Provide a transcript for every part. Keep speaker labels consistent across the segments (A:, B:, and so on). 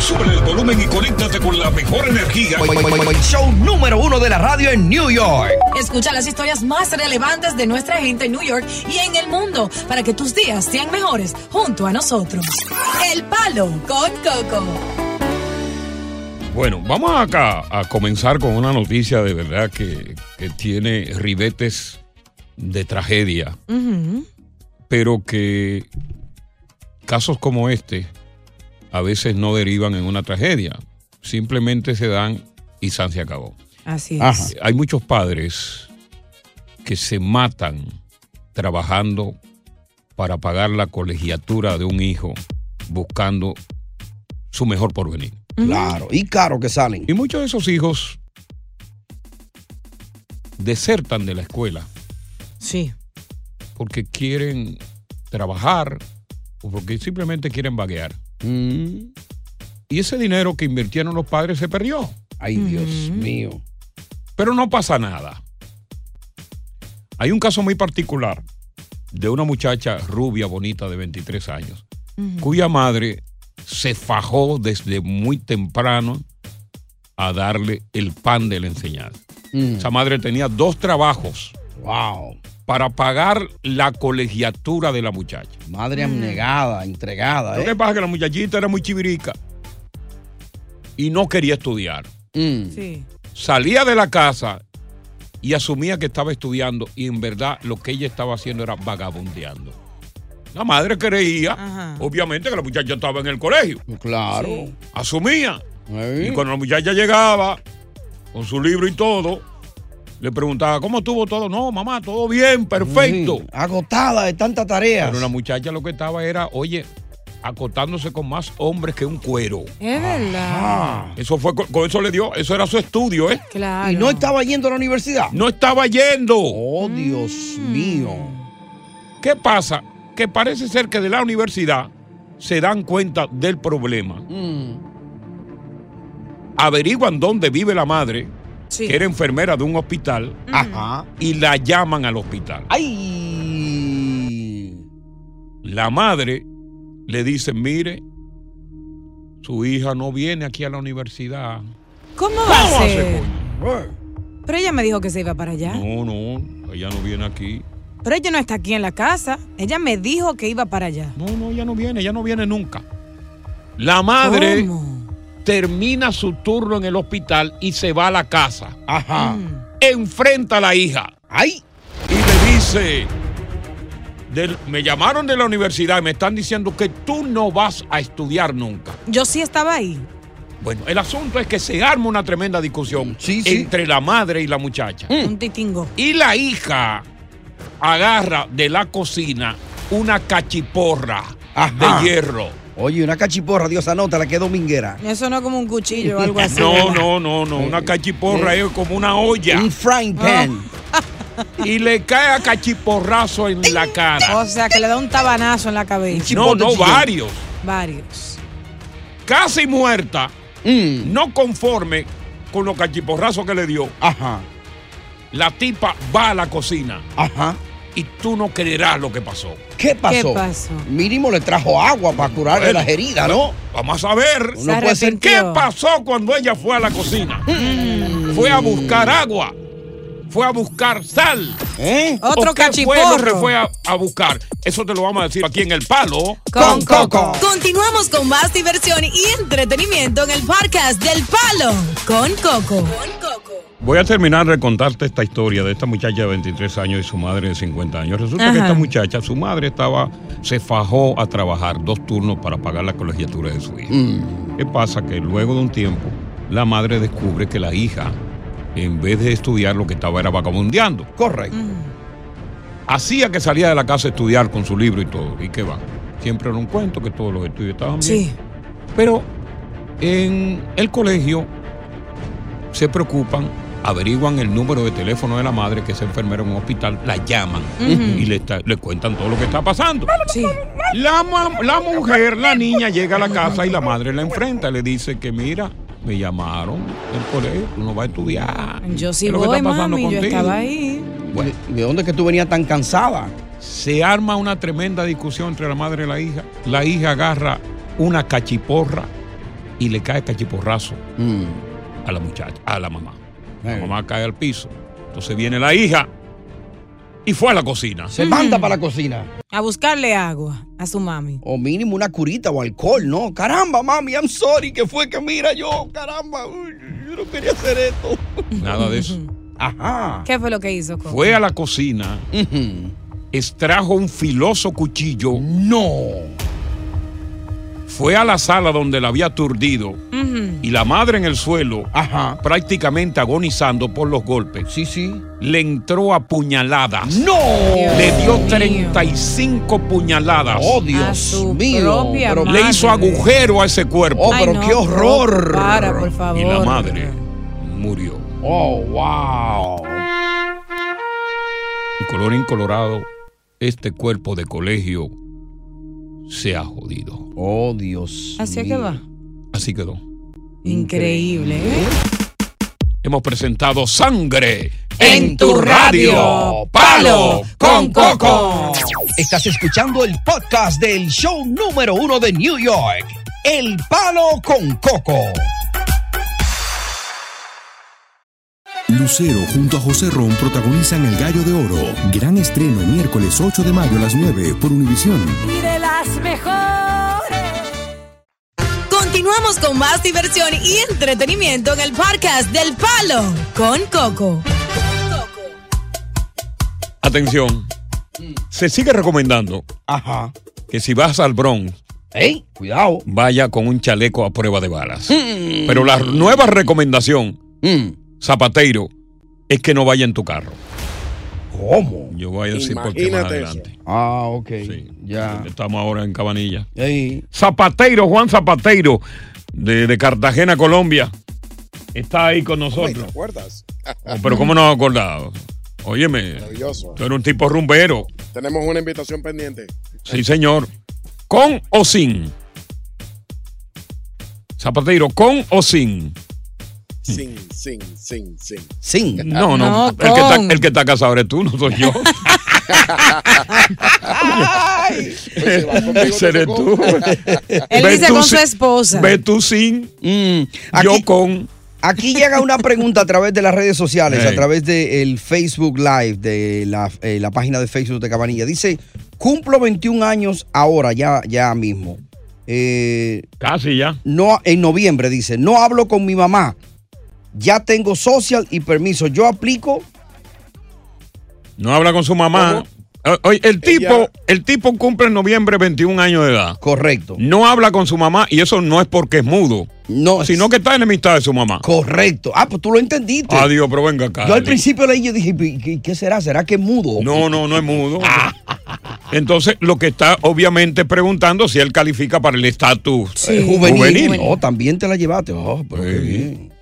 A: Sube el volumen y conéctate con la mejor energía. Boy,
B: boy, boy, Show número uno de la radio en New York.
C: Escucha las historias más relevantes de nuestra gente en New York y en el mundo para que tus días sean mejores junto a nosotros. El Palo con Coco.
D: Bueno, vamos acá a comenzar con una noticia de verdad que, que tiene ribetes de tragedia, uh -huh. pero que casos como este a veces no derivan en una tragedia, simplemente se dan y San se acabó.
E: Así es. Ajá.
D: Hay muchos padres que se matan trabajando para pagar la colegiatura de un hijo buscando su mejor porvenir.
B: Uh -huh. Claro, y caro que salen.
D: Y muchos de esos hijos desertan de la escuela.
E: Sí.
D: Porque quieren trabajar o porque simplemente quieren vaguear. Mm. Y ese dinero que invirtieron los padres se perdió.
B: Ay, Dios mm. mío.
D: Pero no pasa nada. Hay un caso muy particular de una muchacha rubia, bonita, de 23 años, uh -huh. cuya madre se fajó desde muy temprano a darle el pan de la enseñanza. Uh -huh. Esa madre tenía dos trabajos.
B: Mm. ¡Wow!
D: para pagar la colegiatura de la muchacha.
B: Madre abnegada, entregada.
D: Lo
B: ¿eh?
D: que pasa es que la muchachita era muy chivirica y no quería estudiar.
B: Mm.
E: Sí.
D: Salía de la casa y asumía que estaba estudiando y en verdad lo que ella estaba haciendo era vagabundeando. La madre creía, Ajá. obviamente, que la muchacha estaba en el colegio.
B: Claro. Sí.
D: Asumía. Sí. Y cuando la muchacha llegaba con su libro y todo, le preguntaba, ¿cómo estuvo todo? No, mamá, todo bien, perfecto. Sí,
B: agotada de tanta tarea.
D: Pero la muchacha lo que estaba era, oye, acotándose con más hombres que un cuero.
E: Es verdad.
D: Eso fue, con eso le dio, eso era su estudio, ¿eh?
E: Claro.
B: Y no estaba yendo a la universidad.
D: No estaba yendo.
B: Oh, Dios mm. mío.
D: ¿Qué pasa? Que parece ser que de la universidad se dan cuenta del problema. Mm. Averiguan dónde vive la madre. Sí. que era enfermera de un hospital, mm. ajá, y la llaman al hospital.
B: ¡Ay!
D: La madre le dice, mire, su hija no viene aquí a la universidad.
E: ¿Cómo va a ser? Pero ella me dijo que se iba para allá.
D: No, no, ella no viene aquí.
E: Pero ella no está aquí en la casa. Ella me dijo que iba para allá.
D: No, no, ella no viene, ella no viene nunca. La madre... ¿Cómo? termina su turno en el hospital y se va a la casa.
B: Ajá. Mm.
D: Enfrenta a la hija.
B: ¡Ay!
D: Y le dice: del, Me llamaron de la universidad y me están diciendo que tú no vas a estudiar nunca.
E: Yo sí estaba ahí.
D: Bueno, el asunto es que se arma una tremenda discusión sí, sí. entre la madre y la muchacha.
E: Mm. Un titingo.
D: Y la hija agarra de la cocina una cachiporra Ajá. de hierro.
B: Oye, una cachiporra, Dios anota, la que es dominguera.
E: Eso no es como un cuchillo o algo así.
D: No, no, no, no. Una cachiporra es como una olla.
B: Un frying pan.
D: Oh. y le cae a cachiporrazo en la cara.
E: O sea, que le da un tabanazo en la cabeza.
D: No, no, varios.
E: Varios.
D: Casi muerta, mm. no conforme con los cachiporrazos que le dio.
B: Ajá.
D: La tipa va a la cocina.
B: Ajá
D: y tú no creerás lo que pasó.
B: ¿Qué pasó?
E: ¿Qué pasó?
B: Mínimo le trajo agua para curarle bueno, las heridas, ¿no?
D: Vamos a ver.
B: Se puede ser.
D: ¿Qué pasó cuando ella fue a la cocina? Mm. Fue a buscar agua. fue a buscar sal?
B: ¿Eh?
E: Otro
D: ¿O qué fue lo que
E: cachiporro.
D: fue a, a buscar? Eso te lo vamos a decir aquí en El Palo.
E: Con Coco.
C: Continuamos con más diversión y entretenimiento en el podcast del Palo con Coco.
D: Voy a terminar de contarte esta historia de esta muchacha de 23 años y su madre de 50 años. Resulta que
F: Ajá.
D: esta muchacha, su madre estaba, se fajó a trabajar dos turnos para pagar la colegiatura de su hija. ¿Qué pasa? Que luego de un tiempo, la madre descubre que la hija, en vez de estudiar, lo que estaba era vagabundeando. Correcto. Hacía que salía de la casa a estudiar con su libro y todo. ¿Y qué va? Siempre era un cuento que todos los estudios estaban bien.
E: Sí.
D: Pero en el colegio se preocupan, averiguan el número de teléfono de la madre que es enfermera en un hospital, la llaman
E: Ujú.
D: y le, está- le cuentan todo lo que está pasando. La, ma- la mujer, la niña llega a la casa y la madre la enfrenta, le dice que mira, me llamaron del colegio, tú no vas a estudiar.
E: Yo sí
D: ¿Qué es lo que
E: voy,
D: está pasando
E: mami. Yo
D: contigo?
E: estaba ahí.
D: ¿De dónde es que tú venías tan cansada? Se arma una tremenda discusión entre la madre y la hija. La hija agarra una cachiporra y le cae cachiporrazo a la muchacha, a la mamá. La mamá cae al piso. Entonces viene la hija y fue a la cocina.
B: Se manda para la cocina.
E: A buscarle agua a su mami.
B: O mínimo una curita o alcohol, ¿no? Caramba, mami, I'm sorry, que fue que mira yo, caramba, uy, yo no quería hacer esto.
D: Nada de eso. Ajá.
E: ¿Qué fue lo que hizo? Coco?
D: Fue a la cocina, extrajo un filoso cuchillo. ¡No! Fue a la sala donde la había aturdido
E: Ujú.
D: y la madre en el suelo, prácticamente agonizando por los golpes. Sí, sí. Le entró a puñaladas. ¡No! Le dio 35 puñaladas.
B: Oh, Dios A su mío, propia pero-
D: le hizo
B: madre.
D: agujero a ese cuerpo.
B: Oh, pero Ay, no, qué horror. para, por favor.
D: Y la madre murió. Oh, wow. Y color incolorado, este cuerpo de colegio se ha jodido. Oh, Dios.
E: Así es que va.
D: Así quedó.
E: Increíble. ¿eh?
D: Hemos presentado Sangre
B: En
D: tu radio. Palo
B: con Coco. Estás escuchando el podcast del show número uno de New York, El Palo con Coco.
G: Lucero junto a José Ron protagonizan El Gallo de Oro. Gran estreno miércoles 8 de mayo a las 9 por Univisión.
C: Y de las mejores. Continuamos con más diversión y entretenimiento en el podcast del Palo con Coco.
D: Atención. Se sigue recomendando que si vas al Bronx, cuidado. vaya con un chaleco a prueba de balas. Pero la nueva recomendación, Zapateiro, es que no vaya en tu carro. ¿Cómo? Yo voy a decir por qué más
B: Imagínate
D: adelante.
B: Ah, ok.
D: Ya. Estamos ahora en Cabanilla. Zapateiro, Juan Zapateiro, de, de Cartagena, Colombia, está ahí con nosotros.
H: acuerdas?
D: Oh, Pero ¿cómo nos acordado? Óyeme,
H: Maravilloso.
D: tú eres un tipo rumbero.
H: Tenemos una invitación pendiente.
D: Sí, señor. ¿Con o sin? Zapateiro, ¿con o sin?
H: Sin, sin, sin, sin.
D: Sin. No, no. el, que está, el que está casado eres tú, no soy yo. Ese eres tú.
E: Él
D: Ve
E: dice
D: tú
E: con su
D: sin-
E: esposa.
D: Ve tú sin.
B: yo
D: con.
B: Mm, Aquí llega una pregunta a través de las redes sociales,
D: Hey.
B: a través del Facebook Live, de la, eh, la página de Facebook de Cabanilla. Dice, cumplo 21 años ahora, ya, ya mismo. Eh,
D: Casi ya.
B: No, en noviembre dice, no hablo con mi mamá. Ya tengo social y permiso. Yo aplico
D: No habla con su mamá. O- oye, el tipo, el tipo cumple en noviembre 21 años de edad.
B: Correcto.
D: No habla con su mamá y eso no es porque es mudo. No. Sino que está enemistad de su mamá.
B: Correcto. Ah, pues tú lo entendiste.
D: Adiós, pero venga acá.
B: Yo al principio leí y dije, "¿Y ¿qué, qué será? ¿Será que es mudo?
D: No, no, no es mudo. Entonces, lo que está obviamente preguntando si él califica para el estatus
B: Eh,
D: eh,
B: juvenil.
D: juvenil.
B: No, también te la llevaste. Oh, pero qué bien.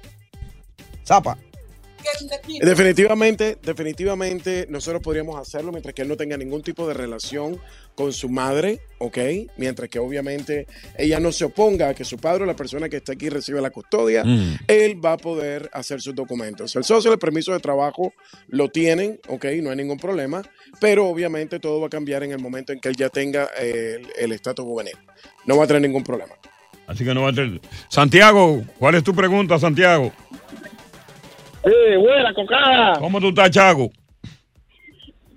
B: Zapa.
H: Definitivamente, definitivamente nosotros podríamos hacerlo mientras que él no tenga ningún tipo de relación con su madre, ¿ok? Mientras que obviamente ella no se oponga a que su padre o la persona que está aquí recibe la custodia,
I: Mm.
H: él va a poder hacer sus documentos. El socio, el permiso de trabajo lo tienen, ¿ok? No hay ningún problema, pero obviamente todo va a cambiar en el momento en que él ya tenga eh, el- el estatus juvenil. No va a tener ningún problema.
D: Así que no va a tener. Santiago, ¿cuál es tu pregunta, Santiago?
F: Sí, buena, cocada.
D: ¿Cómo tú estás, Chago?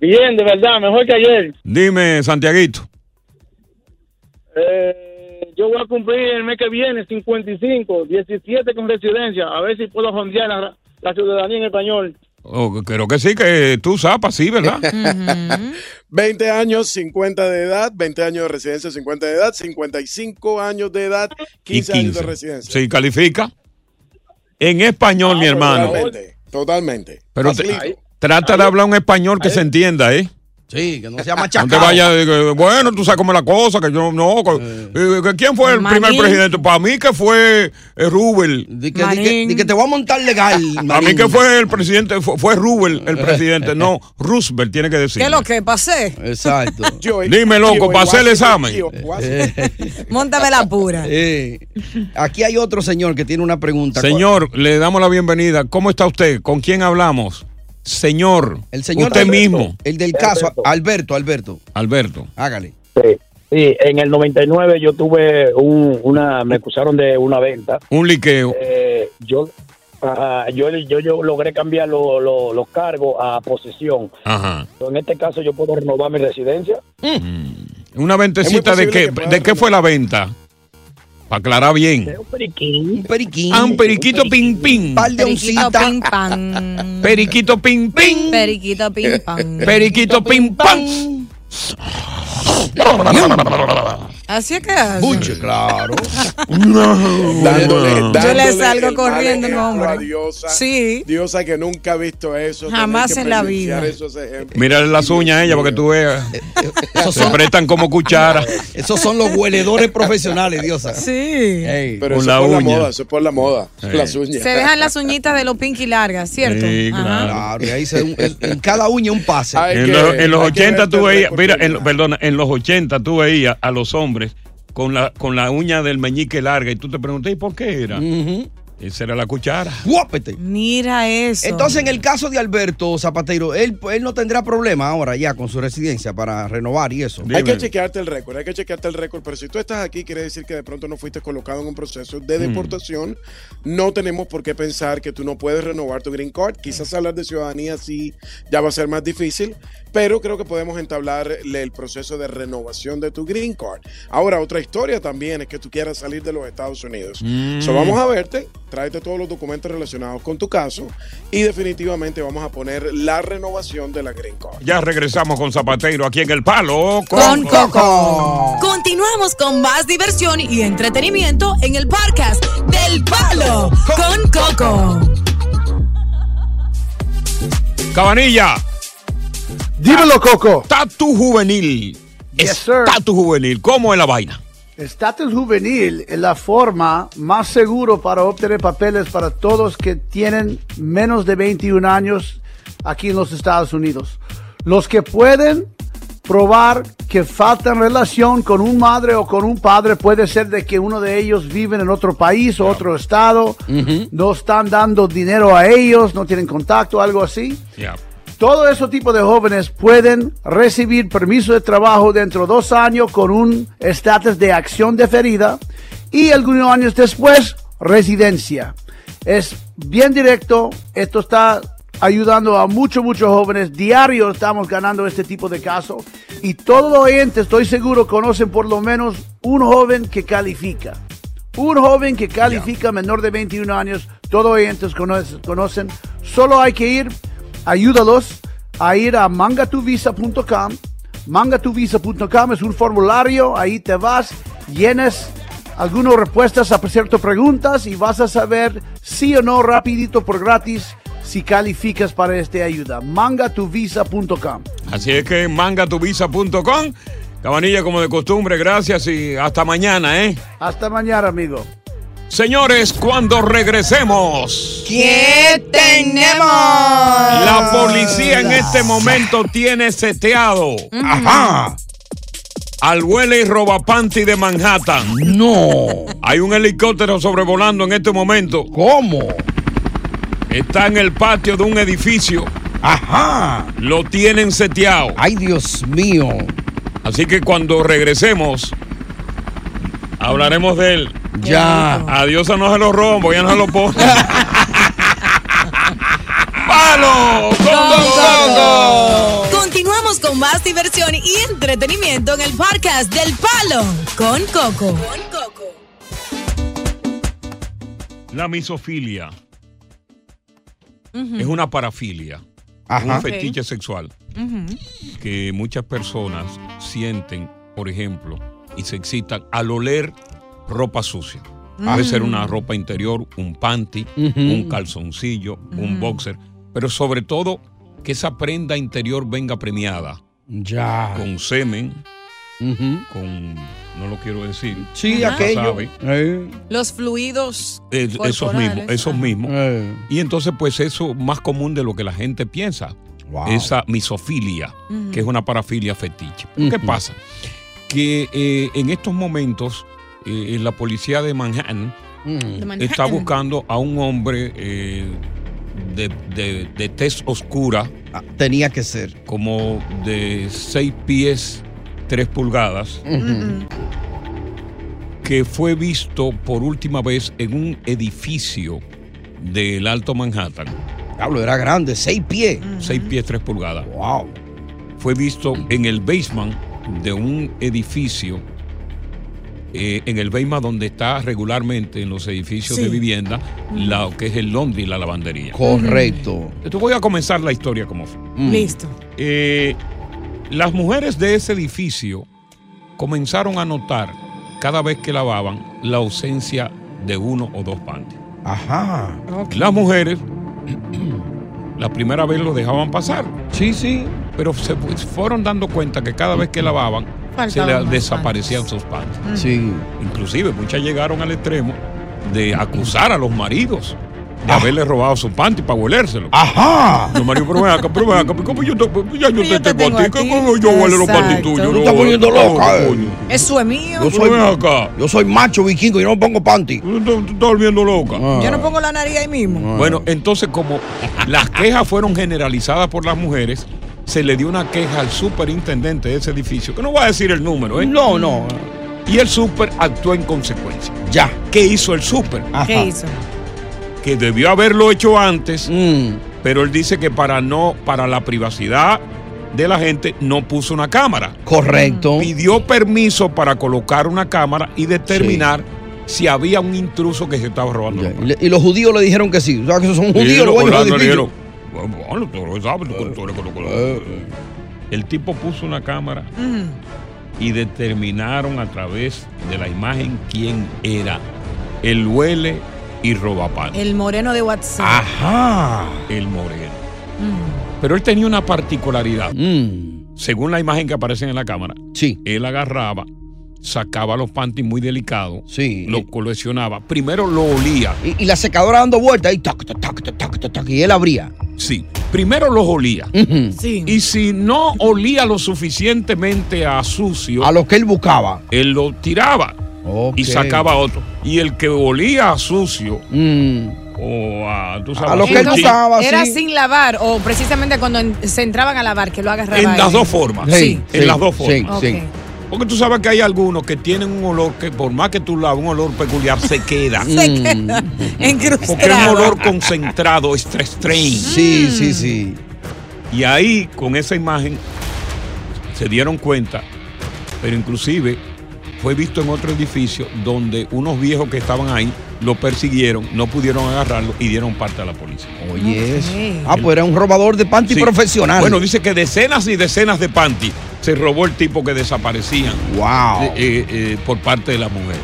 F: Bien, de verdad, mejor que ayer.
D: Dime, Santiaguito.
F: Eh, yo voy a cumplir el mes que viene 55, 17 con residencia. A ver si puedo fondear la, la ciudadanía en español.
D: Oh, creo que sí, que tú zapas, sí, ¿verdad?
H: 20 años, 50 de edad, 20 años de residencia, 50 de edad, 55 años de edad, 15, años de residencia. Ah,
D: Sí, califica. En español, mi hermano.
H: Totalmente, totalmente.
D: Pero te- trata de hablar un español que se entienda, ¿eh?
I: Sí, que no sea
D: No te
I: machacado.
D: vayas, eh, bueno, tú sabes cómo es la cosa, que yo no. co- eh, que ¿Quién fue el
I: Manín.
D: primer presidente? Para mí que fue eh, Rubel. Di
I: que- Manín. di que te voy a montar legal,
D: Para mí
I: Manín.
D: que fue el presidente, fue, fue Rubel el presidente, no, Roosevelt tiene que decir.
E: ¿Qué es lo que pasé?
D: Exacto. Dime, loco, pasé el examen.
E: Móntame la pura.
I: Eh, aquí hay otro señor que tiene una pregunta.
D: Señor, le damos la bienvenida. ¿Cómo está usted? ¿Con quién hablamos? Señor,
I: El señor
D: usted
I: Alberto,
D: mismo.
I: El del caso, Alberto, Alberto.
D: Alberto.
I: Hágale.
J: Sí, sí, en el 99 yo tuve un- una, me acusaron de una venta.
D: Un liqueo.
J: Eh, yo, ajá, yo, yo, yo logré cambiar lo- lo- los cargos a posesión.
D: Ajá. Mm.
J: En este caso yo puedo renovar mi residencia.
D: Una ventecita
J: Es muy
D: de
J: posible
D: qué,
J: que pueda
D: de qué fue la venta. Para aclarar bien.
J: Periquín.
I: Periquín.
D: Ah, un periquito ping ping.
E: Periquito pim pam.
D: Periquito ping ping.
E: Periquito pim pam.
D: Eh, Periquito ping pam.
E: Así es que hace.
I: Buche, claro.
H: Dándole,
E: Yo le
H: dándole
E: salgo
H: el
E: corriendo,
H: mal ejemplo
E: no,
H: a
E: hombre.
H: Diosa,
E: Sí.
H: Diosa que nunca ha visto eso. tener
E: Jamás
H: que
E: en la
H: presenciar
E: vida. Eh,
H: esos ejemplos.
D: Mírale las uñas a ella porque tú veas. Se prestan como cuchara.
I: Esos son los hueledores profesionales, diosa.
E: Sí.
H: Pero
D: Con
H: eso
D: la
H: es por la
D: uña.
H: moda, eso es por la moda. Las uñas.
E: Se dejan las uñitas de los pinky largas, ¿cierto?
D: Sí, claro. Eh,
I: Claro, y ahí se, un- en, en cada uña un pase.
D: En, los, en los 80 tú veías, mira, en, perdona, en los 80 tú veías a los hombres con la, con la uña del meñique larga y tú te preguntas, ¿y por qué era? Esa era la cuchara.
I: ¡Guápete!
E: Mira eso.
I: Entonces, en el caso de Alberto Zapatero, él, él no tendrá problema ahora ya con su residencia para renovar y eso.
H: Hay que chequearte el récord, hay que chequearte el récord, pero si tú estás aquí, quiere decir que de pronto no fuiste colocado en un proceso de deportación. No tenemos por qué pensar que tú no puedes renovar tu green card. Quizás hablar de ciudadanía sí ya va a ser más difícil, pero creo que podemos entablar el proceso de renovación de tu green card. Ahora, otra historia también es que tú quieras salir de los Estados Unidos.
D: Mm.
H: So, vamos a verte, tráete todos los documentos relacionados con tu caso y definitivamente vamos a poner la renovación de la green card.
D: Ya regresamos con Zapatero aquí en El Palo
C: Con Continuamos con más diversión y entretenimiento en el podcast del Palo con Coco.
D: Cabanilla. Dímelo, Coco. Tatu juvenil. Tatu juvenil. ¿Cómo es la vaina?
K: Estatus juvenil es la forma más seguro para obtener papeles para todos que tienen menos de 21 años aquí en los Estados Unidos. Los que pueden probar que faltan relación con un madre o con un padre puede ser de que uno de ellos vive en otro país o otro estado, no están dando dinero a ellos, no tienen contacto, algo así. Todo ese tipo de jóvenes pueden recibir permiso de trabajo dentro de dos años con un estatus de acción deferida y algunos años después residencia. Es bien directo, esto está ayudando a muchos, muchos jóvenes. Diario estamos ganando este tipo de casos y todos los oyentes, estoy seguro, conocen por lo menos un joven que califica. Un joven que califica menor de 21 años, todos oyentes conoce- conocen, solo hay que ir ayúdalos a ir a mangatuvisa.com. Mangatuvisa.com es un formulario, ahí te vas, llenas algunas respuestas a ciertas preguntas y vas a saber sí o no rapidito por gratis si calificas para esta ayuda. Mangatuvisa.com.
D: Así es que mangatuvisa.com. Cabanilla, como de costumbre, gracias y hasta mañana, ¿eh?
K: Hasta mañana, amigo.
D: Señores, cuando regresemos.
E: ¿Qué tenemos?
D: La policía en este momento tiene seteado. Ajá. Al huele y robapanti de Manhattan. No. Hay un helicóptero sobrevolando en este momento. ¿Cómo? Está en el patio de un edificio. Ajá. Lo tienen seteado. Ay, Dios mío. Así que cuando regresemos, hablaremos de él.
I: Ya.
D: Adiós, no se lo robo, ya no se lo pongo.
A: palo con Don Coco.
C: Continuamos con más diversión y entretenimiento en el podcast del Palo con Coco.
D: La misofilia es una parafilia,
I: Ajá.
D: un fetiche sexual que muchas personas sienten, por ejemplo, y se excitan al oler ropa sucia. Puede
I: Mm.
D: ser una ropa interior, un panty,
I: Ujú.
D: un calzoncillo, un boxer, pero sobre todo que esa prenda interior venga premiada.
I: Ya.
D: Con semen, con, no lo quiero decir.
I: Sí,
D: ya
I: aquello.
D: sabe.
E: Los fluidos.
D: Es- esos
E: corporales.
D: mismos, esos mismos. Y entonces, pues eso más común de lo que la gente piensa. Esa misofilia,
E: Ujú.
D: que es una parafilia fetiche. Pero ¿Qué
I: Ujú.
D: pasa? Que eh, en estos momentos, eh, la policía de Manhattan
I: Mm.
D: está buscando a un hombre eh, de, de- de tez oscura.
I: Ah, tenía que ser.
D: Como de 6 pies, 3 pulgadas que fue visto por última vez en un edificio del Alto Manhattan.
I: Diablo, era grande, seis pies.
D: Seis pies, tres pulgadas.
I: Wow.
D: Fue visto en el basement de un edificio, eh, en el basement donde está regularmente en los edificios
I: Sí.
D: de vivienda, la- lo que es el Londres y la lavandería.
I: Correcto.
D: Te voy a comenzar la historia como fue.
E: Mm. Listo.
D: Eh, las mujeres de ese edificio comenzaron a notar cada vez que lavaban la ausencia de uno o dos panties.
I: Ajá.
D: Las mujeres la primera vez lo dejaban pasar.
I: Sí, sí.
D: Pero se fu- fueron dando cuenta que cada vez que lavaban se
E: Faltaban
D: le
E: más
D: desaparecían sus panties.
E: Ujú.
I: Sí.
D: Inclusive muchas llegaron al extremo de acusar a los maridos de
I: Ah.
D: haberle robado su panty para huelérselo.
I: Ajá.
D: Los maridos, pero ven acá, pero ven acá, ¿cómo yo te, pues ya yo te
E: tengo
D: tengo, a
E: a
D: ti?
E: ti.
D: ¿Cómo yo huele los panties
E: Exacto.
D: tuyos?
I: Tú
D: No,
I: estás poniendo
D: no,
I: loca, eh.
D: coño.
E: Eso es mío.
I: Yo soy,
D: ven acá.
I: yo soy macho vikingo, yo no pongo panty.
D: Tú te- te estás volviendo loca.
I: Ah,
E: Yo no pongo la nariz ahí mismo.
D: Bueno, entonces como las quejas fueron generalizadas por las mujeres, se le dio una queja al superintendente de ese edificio, que no voy a decir el número, ¿eh?
I: No, no.
D: Y el super actuó en consecuencia.
I: Ya.
D: ¿Qué hizo el super?
E: ¿Qué hizo?
D: Que debió haberlo hecho antes,
I: Mm.
D: pero él dice que para no, para la privacidad de la gente, no puso una cámara.
I: Correcto.
D: Pidió permiso para colocar una cámara y determinar si había un intruso que se estaba robando. la
I: Y le- Y los judíos le dijeron que sí. O sea, que esos son
D: Sí,
I: judíos,
D: lo
I: los
D: colgaron,
I: buenos
D: le
I: judíos.
D: dijeron, "Bueno, bueno, tú lo sabes, tú- tú eres colocolo".
I: Eh,
D: El tipo puso una cámara
E: Mm,
D: y determinaron a través de la imagen quién era el huele y robapán.
E: El moreno de WhatsApp.
D: Ah,
I: Ah.
D: Ajá. El moreno. Pero él tenía una particularidad.
I: Mm.
D: Según la imagen que aparece en la cámara, él agarraba, sacaba los panties muy delicados, los coleccionaba. Primero lo olía.
I: Y, y la secadora dando vueltas y tac, tac, tac, tac, tac, tac, tac, y él abría.
D: Sí, primero los olía.
E: Sí.
D: Y si no olía lo suficientemente a sucio,
I: A lo que él buscaba.
D: él lo tiraba y sacaba otro. Y el que olía a sucio o a, tú sabes,
I: Mm. A lo que él
D: sí,
I: buscaba,
E: Era
I: sí.
E: sin lavar o precisamente cuando en- se entraban a lavar que lo agarraba.
D: En las
E: él.
D: dos formas.
I: Sí,
D: en
I: sí,
D: las dos
I: sí,
D: formas.
I: sí.
D: Porque tú sabes que hay algunos que tienen un olor que por más que tú laves, un olor peculiar se queda.
E: Se queda
D: Mm. Porque es un
E: encrucijado.
D: olor concentrado, estrés train.
I: Sí, sí, sí.
D: Y ahí, con esa imagen, se dieron cuenta, pero inclusive fue visto en otro edificio donde unos viejos que estaban ahí lo persiguieron, no pudieron agarrarlo y dieron parte a la policía.
I: Oye, eso. Ah, pues era un robador de panty
D: Sí.
I: profesional.
D: Bueno, dice que decenas y decenas de panty se robó el tipo que desaparecían.
I: Wow.
D: eh, eh, por parte de las mujeres.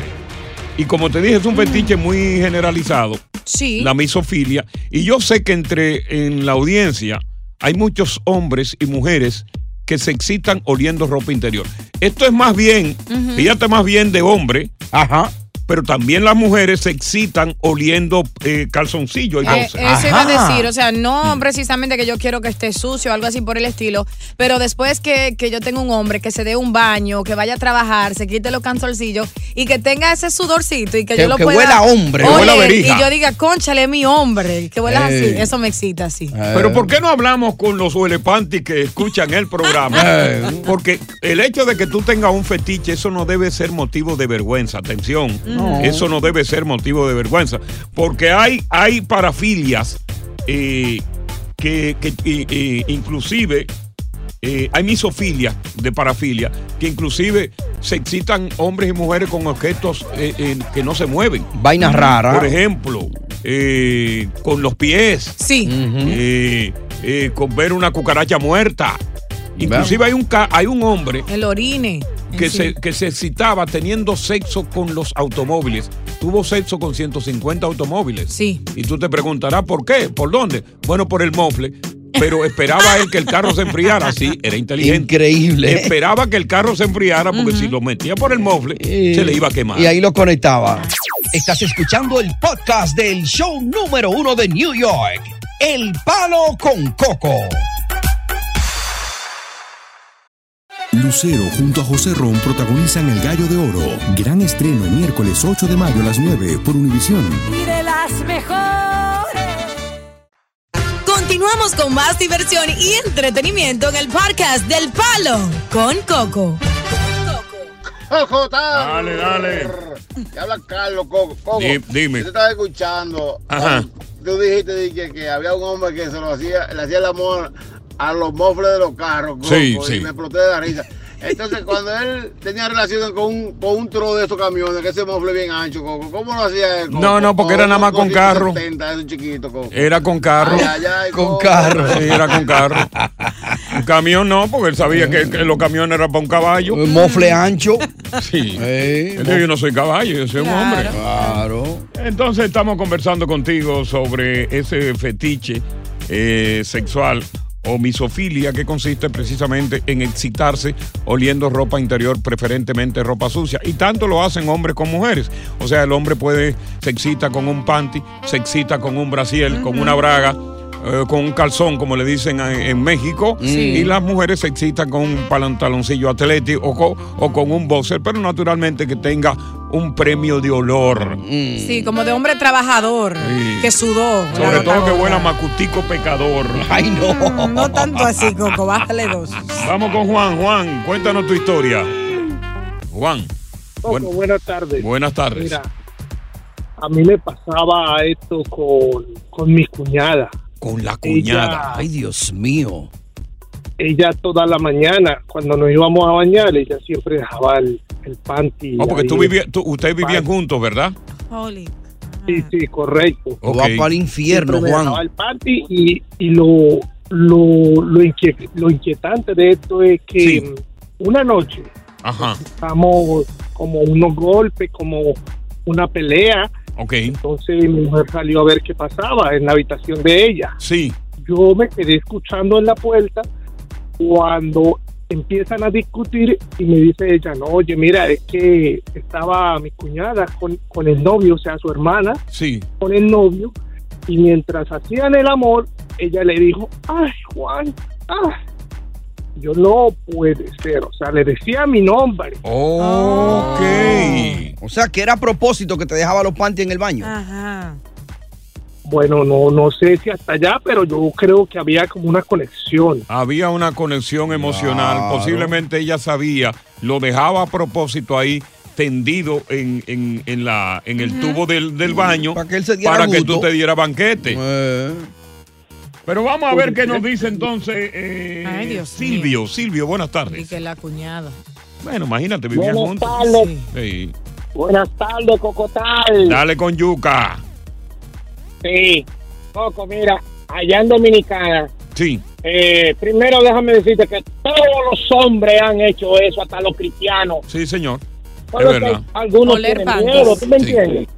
D: Y como te dije, es un fetiche muy generalizado.
E: Sí.
D: La misofilia. Y yo sé que entre en la audiencia hay muchos hombres y mujeres que se excitan oliendo ropa interior. Esto es más bien,
E: Ujú.
D: fíjate más bien de hombre.
I: Ajá.
D: Pero también las mujeres se excitan oliendo eh, calzoncillo y
E: Eh,
D: boxer.
E: eso iba a decir, o sea,
I: Mm.
E: no precisamente que yo quiero que esté sucio o algo así por el estilo, pero después que, que yo tenga un hombre que se dé un baño, que vaya a trabajar, se quite los cansolcillos y que tenga ese sudorcito y que,
I: Que-
E: yo lo
I: que
E: pueda.
I: huela a hombre. Que
E: oler
I: huela a verija.
E: y yo diga, conchale, mi hombre, que huelas
D: Ey.
E: así, eso me excita así.
I: Ah.
D: Pero ¿por qué no hablamos con los huelepantis que escuchan el programa?
I: Eh.
D: Porque el hecho de que tú tengas un fetiche, eso no debe ser motivo de vergüenza. Atención,
I: No.
D: eso no debe ser motivo de vergüenza. Porque hay, hay parafilias eh, que, que i- i- inclusive eh, hay misofilia de parafilia, que inclusive se excitan hombres y mujeres con objetos eh, eh, que no se mueven.
I: Vainas raras.
D: Por ejemplo, eh, con los pies.
E: Sí.
I: Mm.
D: con ver una cucaracha muerta. Inclusive hay un, ca- hay un hombre
E: El orine.
D: que,
E: Sí.
D: se, que se excitaba teniendo sexo con los automóviles. Tuvo sexo con 150 automóviles.
E: Sí.
D: Y tú te preguntarás por qué, por dónde. Bueno, por el mofle. Pero esperaba él que el carro se enfriara. Sí, era inteligente.
I: Increíble.
D: Esperaba que el carro se enfriara porque si lo metía por el mofle, se le iba a quemar.
I: Y ahí lo conectaba.
B: Estás escuchando el podcast del show número uno de New York, El Palo con Coco.
G: Lucero junto a José Ron protagonizan El Gallo de Oro. Gran estreno miércoles 8 de mayo a las 9 por Univisión.
C: Y de las mejores. Continuamos con más diversión y entretenimiento en el podcast del Palo con Coco.
L: Dale, dale. Te habla Carlos Coco. Coco,
D: Di- dime.
L: Yo te estaba escuchando.
D: Ajá.
L: Tú dijiste di, que, que había un hombre que se lo hacía, le hacía el amor a los mofles de los carros. Coco,
D: Sí,
L: y
D: sí.
L: me exploté de la risa. Entonces, cuando él tenía relaciones con un, con un tro de esos camiones, que ese mofle bien ancho, Coco, ¿cómo lo hacía él? Coco?
D: No, no, porque era nada más con carro.
L: 270, es un chiquito, Coco.
D: Era con carro.
L: Ay, ay, ay, Coco.
D: Sí, era con carro. Un camión no, porque él sabía que, que los camiones eran para un caballo.
I: Un mofle ancho.
D: Sí. Él dijo, yo no soy caballo, yo soy un hombre.
I: Claro.
D: Entonces estamos conversando contigo sobre ese fetiche eh, sexual o misofilia que consiste precisamente en excitarse oliendo ropa interior, preferentemente ropa sucia. Y tanto lo hacen hombres con mujeres. O sea, el hombre puede, se excita con un panty, se excita con un brasiel, con una braga. eh, con un calzón, como le dicen en, en México,
I: Sí.
D: y las mujeres se excitan con un pantaloncillo atlético o co- o con un boxer, pero naturalmente que tenga un premio de olor.
E: Sí, como de hombre trabajador
D: Sí.
E: que sudó. la
D: Sobre
E: gota
D: todo que
E: gorda.
D: huela a macutico pecador.
I: Ay, no.
E: No tanto así, Coco, bájale dos.
D: Vamos con Juan. Juan, cuéntanos tu historia. Juan,
F: Coco,
D: Buen-
F: buenas tardes.
D: buenas tardes.
F: Mira, a mí me pasaba esto con, con mi cuñada.
D: Con la
F: cuñada.
I: Ay, Dios mío.
F: Ella toda la mañana, cuando nos íbamos a bañar, ella siempre dejaba el, el panty.
D: Oh, porque
F: ahí.
D: tú vivías- tú- ustedes vivían juntos, ¿verdad?
F: Sí, sí, correcto.
I: O va para el infierno,
F: Siempre me
I: Juan.
F: dejaba el panty y, y lo, lo, lo, inquie- lo inquietante de esto es que
D: Sí.
F: una noche
D: Ajá,
F: estamos como unos golpes, como una pelea.
D: ok.
F: Entonces mi mujer salió a ver qué pasaba en la habitación de ella.
D: Sí.
F: Yo me quedé escuchando en la puerta cuando empiezan a discutir y me dice ella, no, oye, mira, es que estaba mi cuñada con, con el novio, o sea, su hermana,
D: Sí.
F: con el novio, y mientras hacían el amor, ella le dijo, ay, Juan, ah. Yo no puede ser, o sea, le decía mi nombre.
D: Ok.
I: O sea, que era a propósito que te dejaba los panties en el baño.
E: Ajá.
F: Bueno, no, no sé si hasta allá, pero yo creo que había como una conexión.
D: Había una conexión emocional.
F: Claro.
D: Posiblemente ella sabía, lo dejaba a propósito ahí tendido en, en- en la, en el tubo del, del baño para que,
I: diera gusto.
D: tú te diera banquete.
F: Eh.
D: Pero vamos a ver qué nos dice entonces eh,
E: Ay, Dios mío.
D: Silvio. Silvio, buenas tardes.
E: Y que la cuñada.
D: Bueno, imagínate, vivían
E: Buenas
D: juntos.
E: tardes.
D: Sí.
M: Buenas tardes, Cocotal.
D: Dale con yuca.
M: Sí. Coco, mira, allá en Dominicana,
D: Sí.
M: eh, primero déjame decirte que todos los hombres han hecho eso, hasta los cristianos.
D: Sí, señor.
M: Solo
D: Es
M: que
D: verdad.
M: Algunos
E: Oler
M: tienen
E: panties.
M: miedo, ¿tú me
E: Sí.
M: entiendes?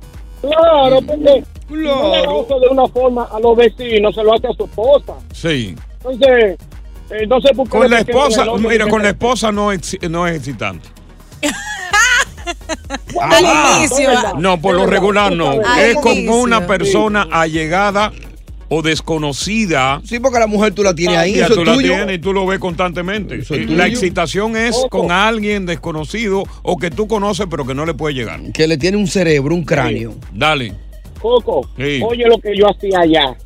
M: Claro, porque si no le hace de una forma a los vecinos, se lo hace a su esposa.
D: Sí.
M: Entonces, entonces ¿por qué
D: Con
M: no
D: la
M: se queda
D: esposa,
M: el hombre
D: mira,
M: que
D: con la
M: se-
D: esposa no es, no es excitante. Ah.
M: Al inicio.
D: No, por lo regular no.
I: Al
D: Es con
I: inicio.
D: una persona allegada o desconocida.
I: Sí, porque la mujer tú la tienes ahí,
D: Ya
I: eso
D: tú
I: es
D: la
I: tuyo.
D: tienes y tú lo ves constantemente.
I: es tuyo.
D: la excitación es con alguien desconocido o que tú conoces pero que no le puede llegar.
I: Que le tiene un cerebro, un cráneo.
D: Dale.
M: Coco,
D: Sí.
M: oye lo que yo hacía allá.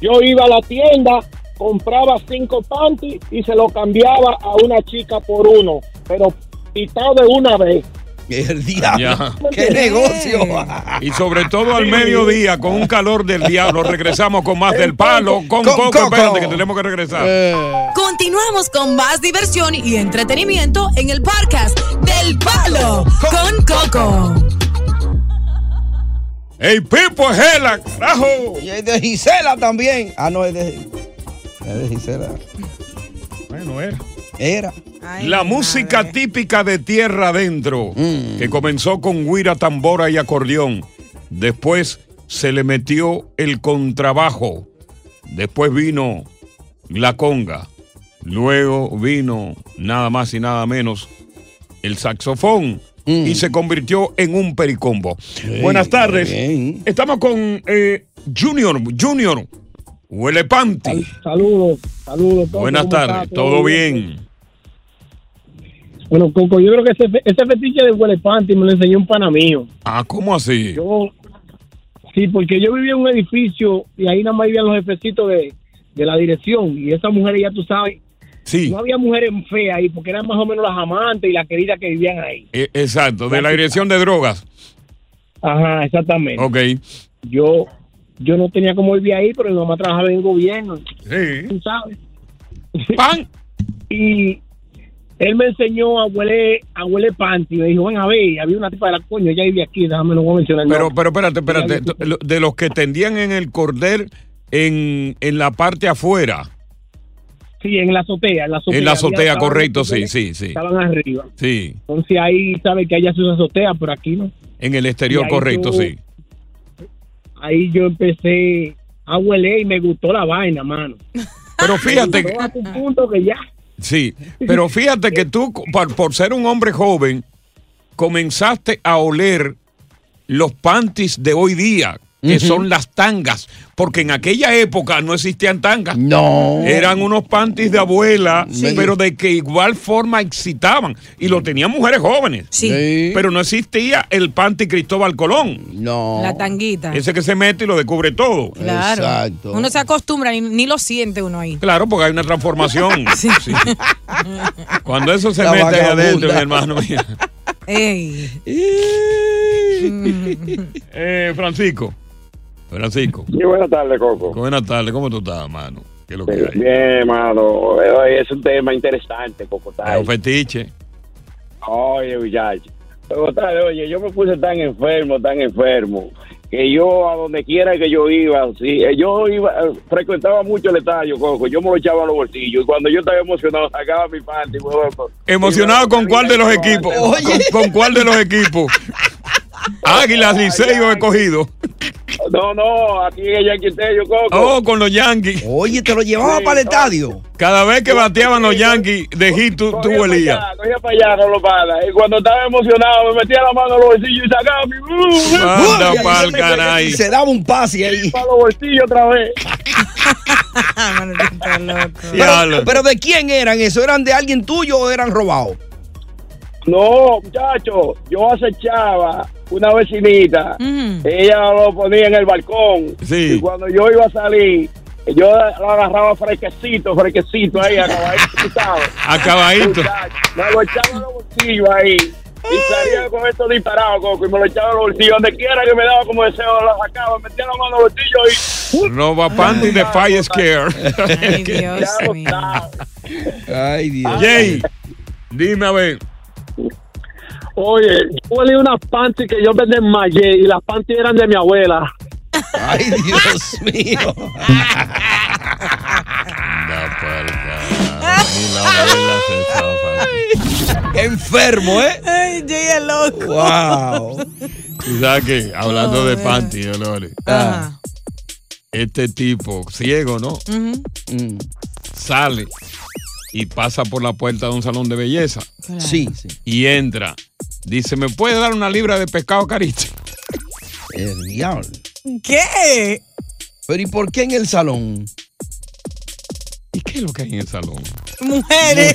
M: Yo iba a la tienda, compraba cinco panties y se lo cambiaba a una chica por uno, pero quitado de una vez.
I: El diablo.
D: Ya.
I: ¡Qué negocio!
D: Y sobre todo al mediodía, con un calor del diablo, regresamos con más del palo, con, Coco. Espérate, que tenemos que regresar.
C: Continuamos con más diversión y entretenimiento en el podcast del Palo con Coco.
D: ¡Ey, Pipo es Gela, carajo!
I: Y es de Gisela también. Ah, no, es de, es de Gisela.
D: Bueno, era.
I: Era.
D: La música típica de tierra adentro, que comenzó con guira, tambora y acordeón. Después se le metió el contrabajo. Después vino la conga. Luego vino nada más y nada menos el saxofón. Y se convirtió en un pericombo. Buenas tardes. Estamos con eh, Junior. Junior. Huele Panti.
M: Saludos, saludos. Coco,
D: Buenas
M: ¿cómo
D: tardes.
M: estás?
D: ¿Todo bien?
M: Bueno, Coco, yo creo que ese, fe- ese fetiche de huele panty me lo enseñó un pana mío.
D: Ah, ¿cómo así?
M: Yo, sí, porque yo vivía en un edificio y ahí nada más vivían los jefecitos de, de la dirección y esas mujeres, ya tú sabes,
D: Sí.
M: no había mujeres feas ahí porque eran más o menos las amantes y las queridas que vivían ahí.
D: E- exacto, de la dirección de drogas.
M: Ajá, exactamente.
D: Ok.
M: Yo yo no tenía cómo vivir ahí, pero mi mamá trabajaba en el gobierno.
D: Sí.
M: Tú sabes. y él me enseñó a huele, a huele panty. Me dijo, ven a ver, había una tipa de la coño, ella vivía aquí, déjame, no voy a mencionar. el
D: Pero,
M: nombre".
D: pero espérate, espérate. Lo- De los que tendían en el cordel en, en la parte afuera.
M: Sí, en la azotea, en la azotea.
D: en la azotea,
M: Había-
D: correcto,
M: estaban-
D: sí, sí, sí.
M: Estaban arriba.
D: Sí,
M: Entonces ahí sabe que allá se usa azotea, pero aquí no.
D: en el
M: Y
D: exterior,
M: ahí
D: correcto,
M: tú-
D: sí.
M: Ahí yo empecé a huele y me gustó la vaina, mano.
D: Pero fíjate, que-
M: Llegó a un punto que ya.
D: sí, pero fíjate que tú, por, por ser un hombre joven, comenzaste a oler los panties de hoy día, que son las tangas, porque en aquella época no existían tangas.
I: No.
D: Eran unos panties de abuela,
I: Sí.
D: pero de que igual forma excitaban. Y lo tenían mujeres jóvenes.
I: Sí. Sí.
D: Pero no existía el panty Cristóbal Colón.
I: No.
E: La tanguita.
D: Ese que se mete y lo descubre todo.
E: Claro. Uno se acostumbra y ni lo siente uno ahí.
D: Claro, porque hay una transformación. Sí. Cuando eso se
E: La
D: mete ahí
E: vagabunda.
D: adentro, mi hermano. mira. Eh, Francisco. Francisco.
N: Sí, buenas tardes, Coco.
D: Buenas tardes. ¿Cómo tú estás, mano? ¿Qué es lo que hay?
N: Bien, mano. Oye, Es un tema interesante, Coco.
D: Es un fetiche.
N: Oye, muchacho. Coco Tal, Oye, yo me puse tan enfermo, tan enfermo, que yo a donde quiera que yo iba, sí, eh, yo iba, eh, frecuentaba mucho el estadio, Coco. Yo me lo echaba a los bolsillos. Y cuando yo estaba emocionado, sacaba mi parte.
D: ¿Emocionado con cuál de los equipos? ¿Con, con cuál de los equipos? Águilas, Licey o escogido.
N: No, no, aquí en Yaquiteño, Coco.
D: Oh, con los Yankees.
I: Oye, te lo llevaba
N: Sí, para el
I: estadio.
D: Cada vez que bateaban los Yankees de hit, tú, tú huelías.
N: Cogía para allá con los panas. Y cuando estaba emocionado, me metía la mano en los bolsillos y sacaba mi.
D: Anda
N: Y ahí
D: pa'l
N: se me-
D: caray.
N: se-
I: Se daba un pase ahí.
N: Para los bolsillos otra vez.
I: Pero, pero ¿de quién eran eso? ¿Eran de alguien tuyo o eran robados?
N: No, muchacho, yo acechaba una vecinita, ella lo ponía en el balcón
D: Sí.
N: y cuando yo iba a salir, yo la agarraba fresquecito, fresquecito ahí, acabadito, tú sabes.
D: Acabadito.
N: Muchacho, Me lo echaba en los bolsillos ahí y salía con esto disparado, coco, y me lo echaba en los bolsillos, donde quiera que me daba como deseo, lo sacaba, metía la mano en los bolsillos
D: Roba Panty de Fire Scare.
N: y... Ya lo sabes.
F: Ah.
I: Ay, Dios.
D: Jay, dime a ver.
M: Oye, yo olí unas panties que yo me desmayé y las panties eran de mi abuela.
I: Ay, Dios mío. Qué enfermo, ¿eh?
E: Ay, Jay es loco.
D: Wow. Tú sabes que hablando de panty, olores. Este tipo, ciego, ¿no?
E: Ujú.
D: Mm. Sale y pasa por la puerta de un salón de belleza.
I: Sí,
D: Y entra. Dice, ¿me puede dar una libra de pescado carita?
I: El diablo.
E: ¿Qué?
I: Pero ¿y por qué en el salón?
D: ¿Y qué es lo que hay en el salón?
E: Mujeres.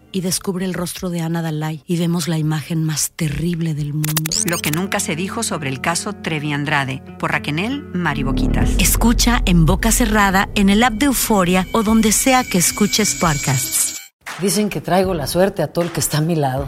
O: Y descubre el rostro de Ana Dalai y vemos la imagen más terrible del mundo.
P: Lo que nunca se dijo sobre el caso Trevi Andrade por Raquel Mariboquitas.
O: Escucha en boca cerrada, en el app de Euforia o donde sea que escuches podcasts.
Q: Dicen que traigo la suerte a todo el que está a mi lado.